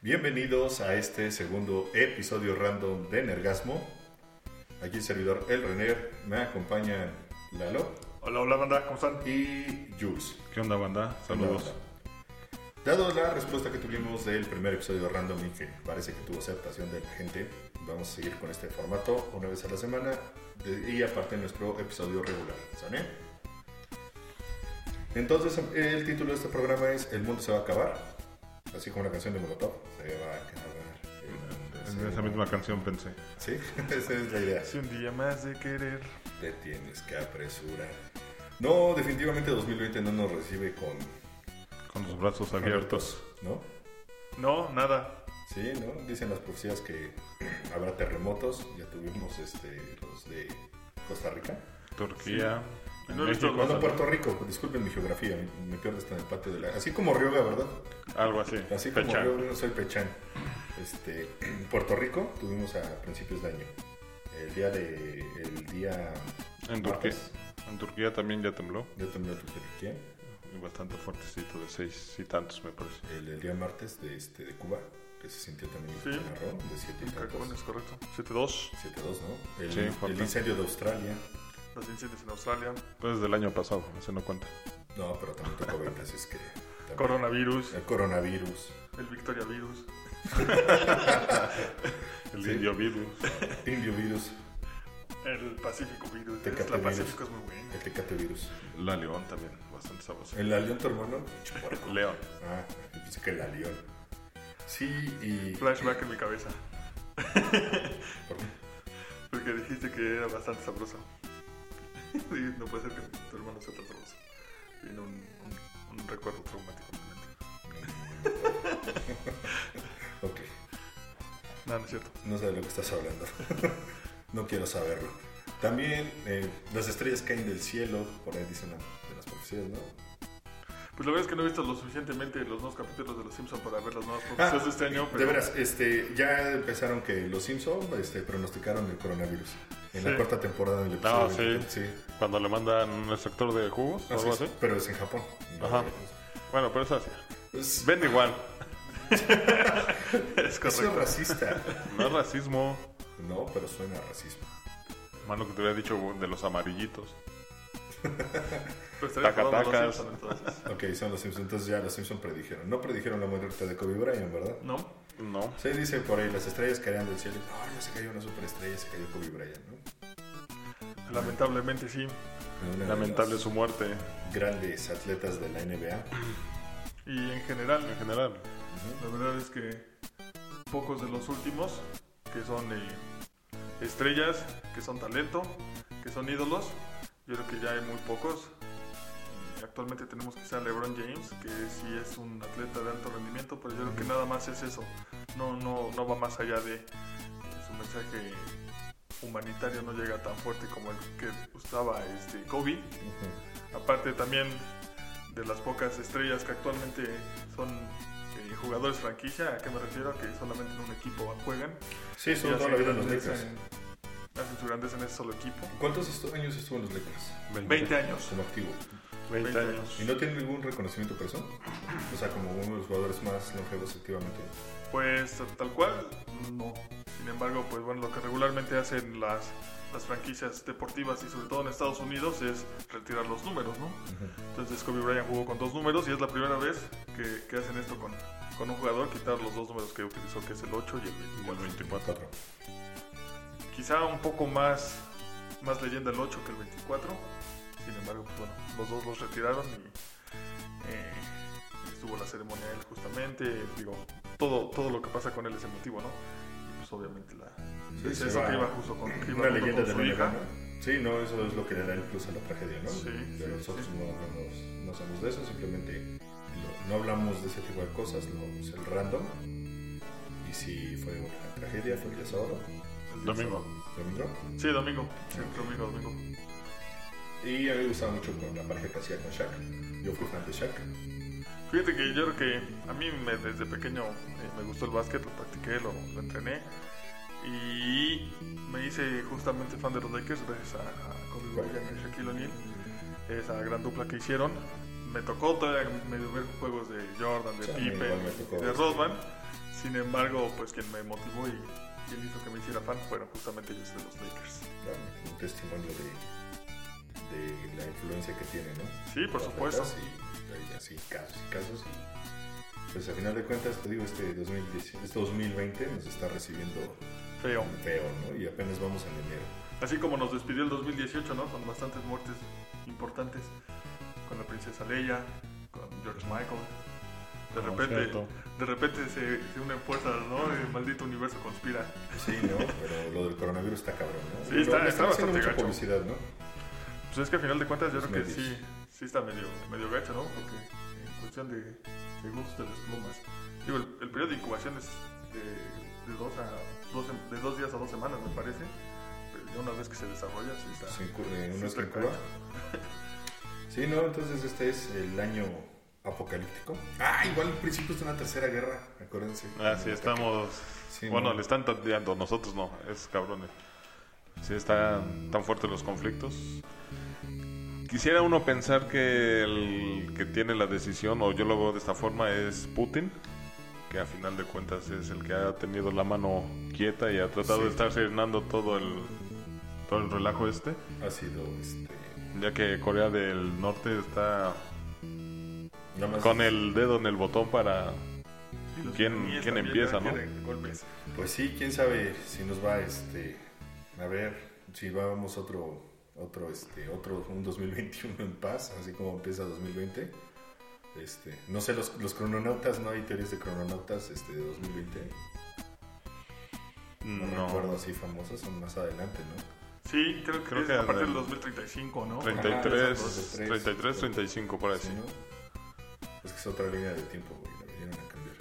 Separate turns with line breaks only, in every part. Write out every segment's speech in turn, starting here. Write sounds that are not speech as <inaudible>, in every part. Bienvenidos a este segundo episodio random de Nergasmo. Aquí el servidor El Rener, me acompaña Lalo
Hola, hola banda, ¿cómo están?
y Jules.
¿Qué onda banda? Saludos.
Dado la respuesta que tuvimos del primer episodio random y que parece que tuvo aceptación de la gente, vamos a seguir con este formato una vez a la semana de- y aparte nuestro episodio regular, ¿sale? Entonces el título de este programa es El mundo se va a acabar, así como la canción de Molotov, se va a acabar. el
En
mundo se
esa
va-
misma canción pensé.
Sí, <laughs> esa es la idea.
Si un día más de querer.
Te tienes que apresurar. No, definitivamente 2020 no nos recibe con
Con los brazos abiertos.
¿no?
No, nada.
Sí, ¿no? Dicen las profecías que habrá terremotos. Ya tuvimos este, los de Costa Rica.
Turquía. en
No he visto
México,
Bueno,
sal-
Puerto Rico, disculpen mi geografía, me pierdo hasta en el patio de la... Así como Rioga, ¿verdad?
Algo así.
Así como
Pechán.
yo no soy pechán. Este, en Puerto Rico tuvimos a principios de año. El día de... El día...
En Turquía.
martes,
En Turquía también ya tembló.
Ya tembló Turquía.
Y bastante fuertecito, de seis y tantos me parece.
El, el día martes de, este, de Cuba, que se sintió también en
Sí.
Quintana Roo, de siete y tantos.
Cancún es correcto. 7-2.
7-2, ¿no? El,
Sí,
el
fuerte.
incendio de Australia.
Los incendios en Australia. Pues del año pasado, ese no cuenta.
No, pero también tocó 20, así es que... también-
Coronavirus,
El coronavirus.
el Victoria virus. el indio virus.
Indio virus.
El Pacífico virus.
Tecate
la
virus.
Pacífico es muy buena.
El tecate virus.
La León también, bastante sabrosa.
El alión, tu hermano. Pinche puerco.
León.
Ah, yo pensé que el alión. Sí, y.
Flashback en mi cabeza.
¿Por qué?
<laughs> Porque dijiste que era bastante sabroso. <laughs> Y no puede ser que tu hermano sea tan sabroso. Tiene un, un- un recuerdo traumático en mi mente.
Ok,
No, no es cierto.
no sé de lo que estás hablando. <laughs> no quiero saberlo. También eh, las estrellas caen del cielo, por ahí dicen la- de las profecías, ¿no?
Pues la verdad es que no he visto lo suficientemente los nuevos capítulos de Los Simpsons para ver las nuevas
Ah,
profecías de este año. Pero
De veras, este, ya empezaron que los Simpson este, pronosticaron el coronavirus. En la
Sí.
cuarta temporada del
Ah,
episodio.
sí. Cuando le mandan un sector de jugos o
Así
algo
es,
así.
pero es en Japón. Eh, pues,
Ajá. Bueno, pero es así.
Es,
Vende igual.
es
eso es
correcto.
racista.
<laughs> No es racismo.
No, pero suena a racismo.
Mano que te hubiera dicho de los amarillitos.
Pero estaría jugando a
Tacatacas.
Los Simpson entonces.
Ok, son los Simpsons. Entonces ya los Simpsons predijeron. No predijeron la muerte de Kobe Bryant, ¿verdad?
¿No?
No.
Se dice por ahí, las estrellas caerían del cielo. No, ya se cayó una superestrella, se cayó Kobe Bryant, ¿no?
Lamentablemente sí.
Una de
Lamentable
las
su muerte
Grandes atletas de la
<laughs>
NBA.
Y en general,
en general.
La verdad es que pocos de los últimos, que son eh, estrellas, que son talento, que son ídolos, yo creo que ya hay muy pocos. Y Actualmente tenemos quizá a LeBron James, que sí es un atleta de alto rendimiento, pero yo creo que nada más es eso. No, no, no va más allá de su mensaje humanitario, no llega tan fuerte como el que usaba este, Kobe. Aparte también de las pocas estrellas que actualmente son eh, jugadores franquicia, ¿a qué me refiero? A que solamente en un equipo juegan.
Sí,
Y
son toda
hacen
la vida en los
grandeza
Lakers.
en- Hacen su grandeza en ese solo equipo.
¿Cuántos estu- años estuvo en los Lakers
20 años.
como activo?
20
20
años.
¿Y no tiene ningún reconocimiento por eso? O sea, como uno de los jugadores más longevos activamente.
Pues tal cual, no. Sin embargo, pues bueno, lo que regularmente hacen las, las franquicias deportivas y sobre todo en Estados Unidos es retirar los números, ¿no? Entonces Kobe Bryant jugó con dos números y es la primera vez que, que hacen esto con, con un jugador, quitar los dos números que utilizó, que es el 8 y el 24.
24.
Quizá un poco más, más leyenda el 8 que el 24. Sin embargo, pues bueno, los dos los retiraron y eh, estuvo la ceremonia él justamente. Digo, todo, todo lo que pasa con él es emotivo, ¿no? Y pues pues obviamente la...
Sí,
es
sí,
eso
va.
que iba justo con, que iba
Una
junto
leyenda
con
de
su
la
hija.
novela, ¿no? Sí, no, eso es lo que le da el plus a la tragedia, ¿no?
Sí,
Pero
sí,
nosotros
sí.
No, hablamos, no hacemos de eso, simplemente lo- no hablamos de ese tipo de cosas, lo- es el random. Y si fue una tragedia, fue el día sábado.
Domingo.
Domingo.
Sí, domingo. Sí, domingo, domingo.
Y a mí me gustaba mucho con la pareja que hacía con Shaq. Yo fui fan de Shaq.
Fíjate que yo creo que a mí me- desde pequeño eh, me gustó el básquet, lo practiqué, lo, lo entrené y me hice justamente fan de los Lakers gracias a, a Kobe Bryant y Shaquille O'Neal, esa gran dupla que hicieron. Me tocó todavía medio ver juegos de Jordan, de
Sí, a mí
Pippen,
igual me tocó.
de Rodman. Sin embargo, pues quien me motivó y quien hizo que me hiciera fan fueron justamente ellos de los Lakers.
Claro, un testimonio de, de la influencia que tiene, ¿no?
Sí, por supuesto.
Atletas Y hay así casos y casos. y, pues a final de cuentas, te digo, este, 2010 este 2020 nos está recibiendo
Feo.
feo, ¿no? Y apenas vamos en enero.
Así como nos despidió el 2018, ¿no? Con bastantes muertes importantes. Con la princesa Leia, con George Michael. De
No,
repente,
Ah, cierto.
de repente se, se unen fuerzas, ¿no? El maldito universo conspira.
Sí, ¿no? <laughs> Pero lo del coronavirus está cabrón, ¿no?
Sí, está-
Le
está
están haciendo
bastante
mucha
gacho.
publicidad, ¿no?
Pues es que al final de cuentas yo
Los
creo que
medios.
sí, sí está medio, medio gacho, ¿no? Porque en cuestión de, de gusto de las plumas. Digo, el, el periodo de incubación es eh, de, de dos a, dos, sem- de dos días a dos semanas, me parece. Pero ya una vez que se desarrolla, sí está.
Se incu- eh,
sí
uno es
está
en Cuba.
gacho.
<laughs> Sí, ¿no? Entonces este es el año apocalíptico. Ah, igual en principio es una tercera guerra, acuérdense.
Ah, sí, estamos.
Sí,
bueno,
no.
le están tanteando, nosotros no, es cabrones. Sí, están tan fuertes los conflictos. Quisiera uno pensar que el que tiene la decisión, o yo lo veo de esta forma, es Putin, que a final de cuentas es el que ha tenido la mano quieta y ha tratado de estar serenando todo el, todo el relajo este,
Ha sido este.
ya que Corea del Norte está
nada más-
con el dedo en el botón para...
Y los
¿Quién-
iraníes
quién
también
empieza,
ya
no?
quieren golpes.
Pues sí, quién sabe si nos va este a ver si vamos otro otro este otro un 2021 en paz, así como empieza 2020. Este, no sé los, los crononautas, no hay teorías de crononautas este de 2020. No, recuerdo así famosas, son más adelante, ¿no?
Sí, creo que
Creo
es
que
a partir
del
del 2035, ¿no?
Ajá, esas
33,
dos,
33, 35 por
Pues Sí,
así.
¿no? Es que es otra línea de tiempo, güey, la vinieron a cambiar.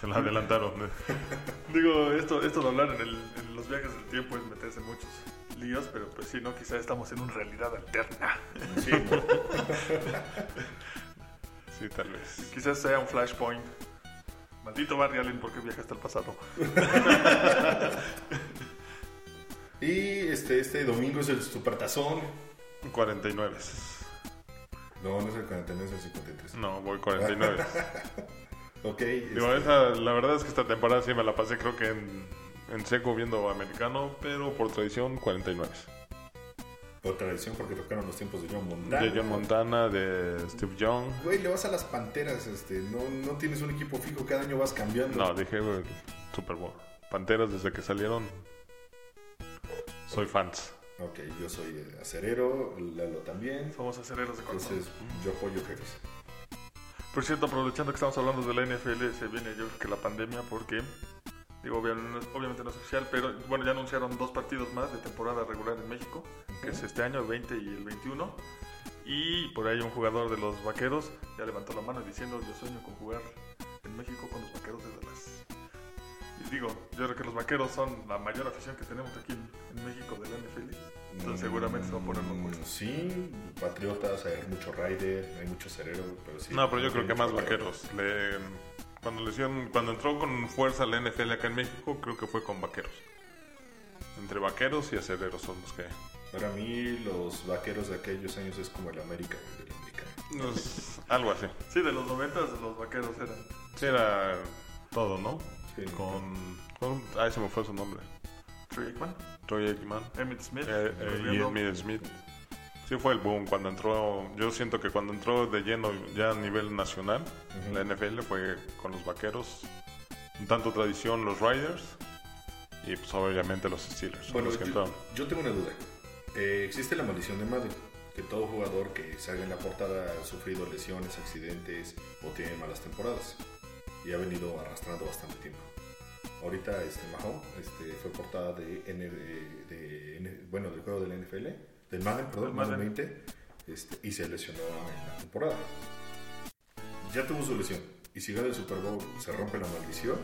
Se la adelantaron. <laughs>
Digo, esto, esto de hablar en, el- en los viajes del tiempo es meterse en muchos líos, pero pues sí, ¿no? Quizá estamos en una realidad alterna.
<laughs>
<laughs>
Sí, ¿no?
Sí, tal vez.
Quizás sea un flashpoint. Maldito Barry Allen, ¿por qué viajaste al pasado?
Y este este domingo es el supertazón.
49.
No, no es el 49, es el 53.
No, voy
<laughs>
49.
Ok,
Digo, esa, la verdad es que esta temporada sí me la pasé creo que en, en seco viendo americano, pero por tradición 49.
Por tradición, porque tocaron los tiempos de John Montana.
De John Montana, de Steve Young.
Güey, le vas a las panteras, este, no, no tienes un equipo fijo, cada año vas cambiando.
No, dije güey, Super Bowl. Panteras desde que salieron. Soy fans.
Ok, yo soy eh, acerero, Lalo también.
Somos aceleros de corazón.
Entonces, yo apoyo Jerez.
Por cierto, aprovechando que estamos hablando de la NFL, se viene yo creo que la pandemia porque, digo, obviamente, obviamente no es oficial, pero bueno, ya anunciaron dos partidos más de temporada regular en México, que es este año, el 20 y el 21. Y por ahí un jugador de los vaqueros ya levantó la mano diciendo, yo sueño con jugar en México con los vaqueros de Dallas. Y digo, yo creo que los vaqueros son la mayor afición que tenemos aquí en, en México de la NFL. Entonces seguramente se va a poner con
Mm, Sí, patriotas, hay mucho Raider, hay mucho acerero, pero sí.
No, pero yo
hay
creo que
mucho
más vaqueros. Le- cuando, le hicieron- cuando entró con fuerza la NFL acá en México, creo que fue con vaqueros. Entre vaqueros y acereros son los que.
Para mí, los vaqueros de aquellos años es como el América, güey, del americano.
los- algo así.
Sí, de los 90 los vaqueros eran.
Sí, era todo, ¿no?
Sí.
Con. con ah, se me fue su nombre.
Troy Aikman,
Troy Aikman.
Emmitt Smith,
eh, eh, y
Randall.
Emmitt Smith. Sí, fue el boom cuando entró. Yo siento que cuando entró de lleno ya a nivel nacional, la NFL fue con los vaqueros. Un tanto tradición los Riders y pues obviamente los Steelers. son
Bueno,
los que
yo,
entraron.
yo tengo una duda. Eh, existe la maldición de Madden, que todo jugador que salga en la portada ha sufrido lesiones, accidentes o tiene malas temporadas. Y ha venido arrastrando bastante tiempo. ahorita este Mahomes este, fue portada de, N- de- de N- bueno, del juego del NFL, del Madden, perdón,
Del
Madden
Madden.
20, este, y se lesionó en la temporada. Ya tuvo su lesión. Y si gana el Super Bowl, se rompe la maldición,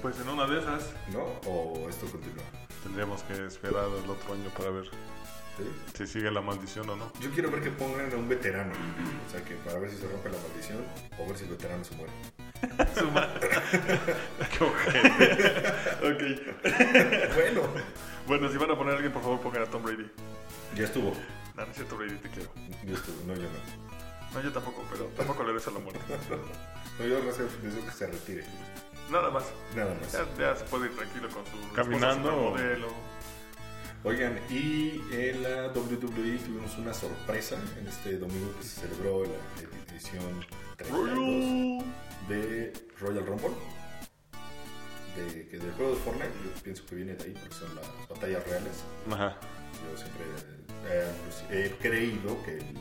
Pues en una de esas,
¿no? O esto continúa.
Tendríamos que esperar el otro año para ver
¿sí?
si sigue la maldición o no.
Yo quiero ver que pongan a un veterano. O sea, que para ver si se rompe la maldición o ver si el veterano se muere.
<laughs> Qué ojete. ok.
bueno,
Bueno, si van a poner a alguien, por favor pongan a Tom Brady.
ya estuvo.
No, no es cierto, Brady, te quiero.
Ya estuvo, no, yo no.
No, yo tampoco, pero tampoco le deseo la muerte.
No, yo no sé, deseo que se retire.
Nada más.
Nada más.
Ya, ya se puede ir tranquilo con su
Caminando.
modelo.
Oigan, y en la WWE tuvimos una sorpresa en este domingo que se celebró la edición 32
Uh,
de Royal Rumble. De, que del juego de Fortnite, yo pienso que viene de ahí porque son las batallas reales.
Ajá.
Yo siempre eh, pues, he creído que el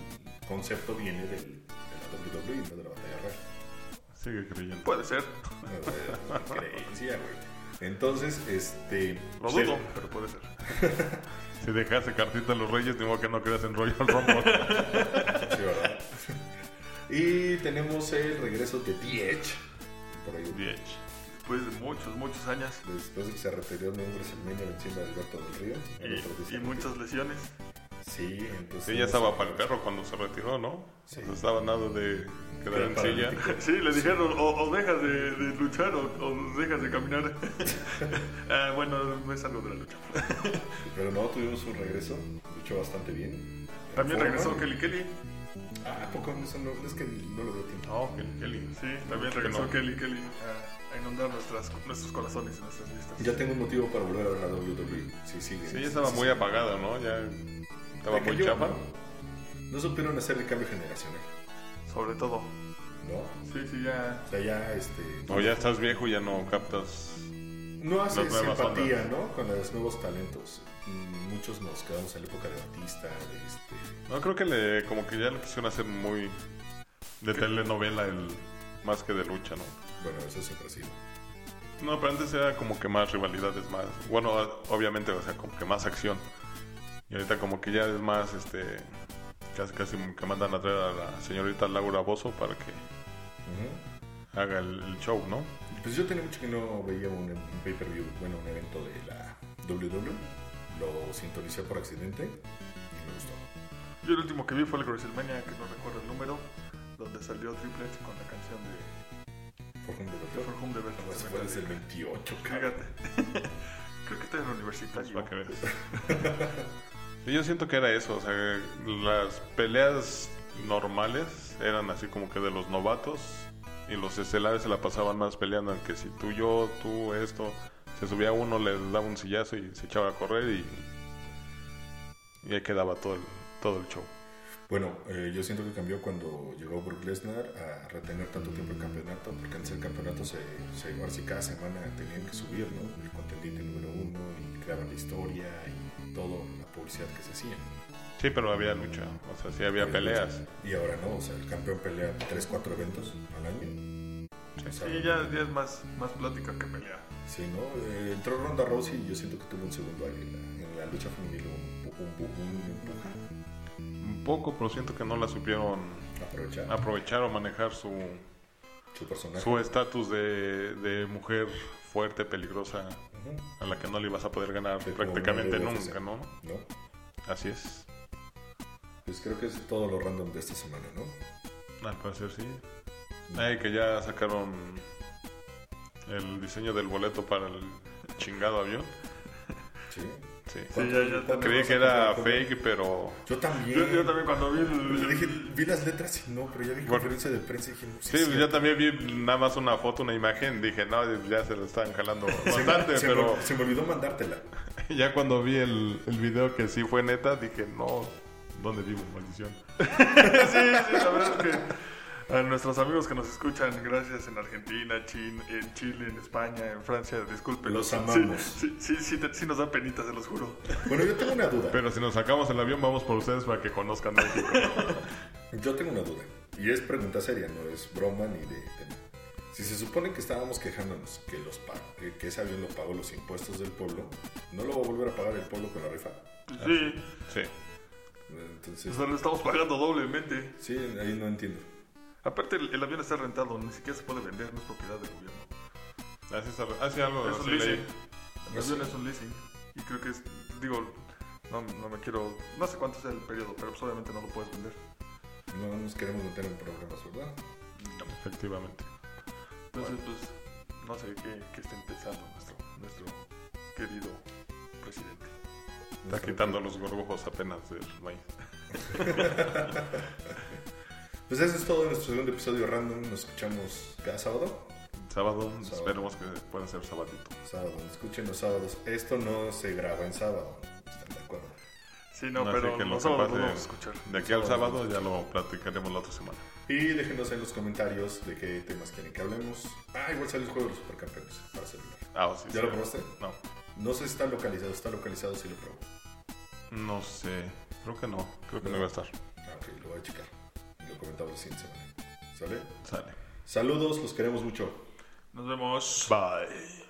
concepto viene del, de la E, WWE, no de la batalla real.
Sigue creyendo.
Puede ser.
Eh, Creencia, güey. Entonces, este.
Lo
se-
dudo, pero puede ser.
Si dejase cartita a los reyes, digo que no creas en Royal Rumble.
Sí, ¿verdad? <laughs> Y tenemos el regreso de The Edge. Por ahí.
Diez.
Después Pues de muchos, muchos años.
Después de que se retiró de un WrestleMania venciendo a Alberto del Río. el otro
Y,
dice-
y muchas lesiones. <laughs>
Sí, entonces.
Sí, ya estaba para el carro cuando se retiró, ¿no?
Sí.
O sea, estaba nada de quedar en silla.
paralítico.
Sí, le dijeron, o, o dejas de, de luchar o, o dejas de caminar. <laughs> Ah, bueno, me salgo de la lucha.
Pero no, tuvimos un regreso. Luchó bastante bien.
También
En
regresó
forma.
Kelly Kelly.
Ah, ¿a poco Eso no, es que no lo veo tiempo.
No, Kelly, Kelly.
Sí, también
Que
regresó
no.
Kelly Kelly eh, a, a inundar nuestras, nuestros corazones y nuestras vistas.
Ya tengo un motivo para volver a ver la WWE. Sí, sigue.
Sí, ya estaba muy apagada, ¿no? Ya estaba
Me
muy
cayó.
chafa.
No supieron hacer el cambio generacional,
Sobre todo.
¿no?
Sí, sí, ya.
O sea, ya este.
O ya estás viejo y ya no captas.
No hace
Las nuevas
simpatía, ¿no? Con los nuevos talentos. Mm, Muchos nos quedamos en la época de Batista, de este...
No, creo que le, como que ya le quisieron hacer muy de telenovela el, más que de lucha, ¿no?
Bueno, eso siempre ha sido.
No, pero antes era como que más rivalidades, más. Bueno, obviamente, o sea, como que más acción. Y ahorita como que ya es más, este. Casi, casi que mandan a traer a la señorita Laura Bozo para que haga el, el show, ¿no?
Pues yo tenía mucho que no veía un, un pay-per-view, bueno, un evento de la WWE. Lo sintonicé por accidente y me gustó.
Yo el último que vi fue el WrestleMania, que no recuerdo el número, donde salió Triple H con la canción de
Por ejemplo,
The For Whom the Bell
Pues
Tolls.
fue desde el 28, cabrón.
Fíjate. <laughs> Creo que está en la
Pues
Para que
universitario.
veas. <laughs> Sí, yo siento que era eso, o sea, las peleas normales eran así como que de los novatos y los estelares se la pasaban más peleando en que si tú, yo, tú, esto, se subía uno, le daba un sillazo y se echaba a correr y, y ahí quedaba todo el, todo el show.
Bueno, eh, yo siento que cambió cuando llegó Brock Lesnar a retener tanto tiempo el campeonato, porque antes el campeonato se, se ahora sí cada semana tenían que subir, ¿no? El contendiente número uno y creaban la historia y todo, la publicidad que se hacía. pues,
Sí, pero había lucha, o sea, sí había peleas.
Y ahora no, o sea, el campeón pelea 3, 4 eventos al año. O sea,
Sí, ya, ya es más, más plática que pelea. <laughs>
Sí, ¿no? Eh, entró Ronda Rousey y yo siento que tuvo un segundo aire en la, en la lucha femenil, un, pu- un, pu- un empuje.
Un poco, pero siento que no la supieron
Aprovechar
aprovechar o manejar su
su personaje.
Ah, su estatus de, de mujer fuerte, peligrosa, a la que no le ibas a poder ganar
Sí, como
prácticamente
medio
nunca,
UFC.
¿no?
¿no?
Así es.
Pues creo que es todo lo random de esta semana, ¿no?
Al parecer sí. Ay, que ya sacaron el diseño del boleto para el chingado avión.
Sí.
Sí.
¿Cuánto-
ya- ya
cuánto
también.
Creí
vas a
que era
comprar?
fake, pero
Yo también.
Yo, yo también cuando vi
Le
el...
dije, vi las letras y no, pero ya vi
Bueno.
conferencia de prensa y dije, no sé.
sí, pues yo también vi nada más una foto, una imagen, dije, no, ya se lo están jalando bastante,
se,
pero
me, se me olvidó mandártela.
ya cuando vi el, el video que sí fue neta, dije, no, ¿dónde vivo? Maldición.
Sí, sí, la verdad es que a nuestros amigos que nos escuchan, gracias en Argentina, Chin- en Chile, en España, en Francia, disculpen.
Los amamos.
Sí, sí, sí, te- sí nos da penita, se los juro.
Bueno, yo tengo una duda.
Pero si nos sacamos el avión, vamos por ustedes para que conozcan México.
Yo tengo una duda. Y es pregunta seria, no es broma ni de. de- Si se supone que estábamos quejándonos que, los pa- que, que ese avión lo pagó los impuestos del pueblo, ¿no lo va a volver a pagar el pueblo con la rifa?
Sí,
Sí.
o
Pues
Entonces,
sea, lo estamos pagando doblemente.
sí, ahí no entiendo.
Aparte, el, el avión está rentado, ni siquiera se puede vender, no es propiedad del gobierno.
Así, está- así algo
es
así
un leasing.
Oh, leí.
El avión es un leasing. Y creo que es, digo, no, no me quiero, no sé cuánto sea el periodo, pero pues obviamente no lo puedes vender.
No nos queremos meter en problemas, ¿verdad?
Efectivamente.
Entonces, pues, no sé qué, qué está empezando nuestro, nuestro querido presidente.
Está quitando los gorgojos apenas del maíz.
Pues eso es todo en nuestro segundo episodio random. Nos escuchamos cada sábado.
Sábado, esperemos que pueda ser sabadito.
Sábado, escuchen los sábados. Esto no se graba en sábado. ¿Están de acuerdo?
Sí, no,
Así
pero
que lo
los
que
sábados
pase
lo vamos a escuchar.
De aquí al sábado ya lo platicaremos la otra semana.
Y déjenos en los comentarios de qué temas quieren que hablemos. Ah, igual sale el juego de los supercampeones para celular.
Ah, sí.
¿Ya
sí.
lo probaste?
No.
No sé si está localizado. Está localizado si lo probó.
No sé. Creo que no. Creo que no iba a estar.
Ah, ok, lo voy a checar. Lo comentamos la siguiente semana. ¿Sale?
Sale.
Saludos, los queremos mucho.
Nos vemos.
Bye.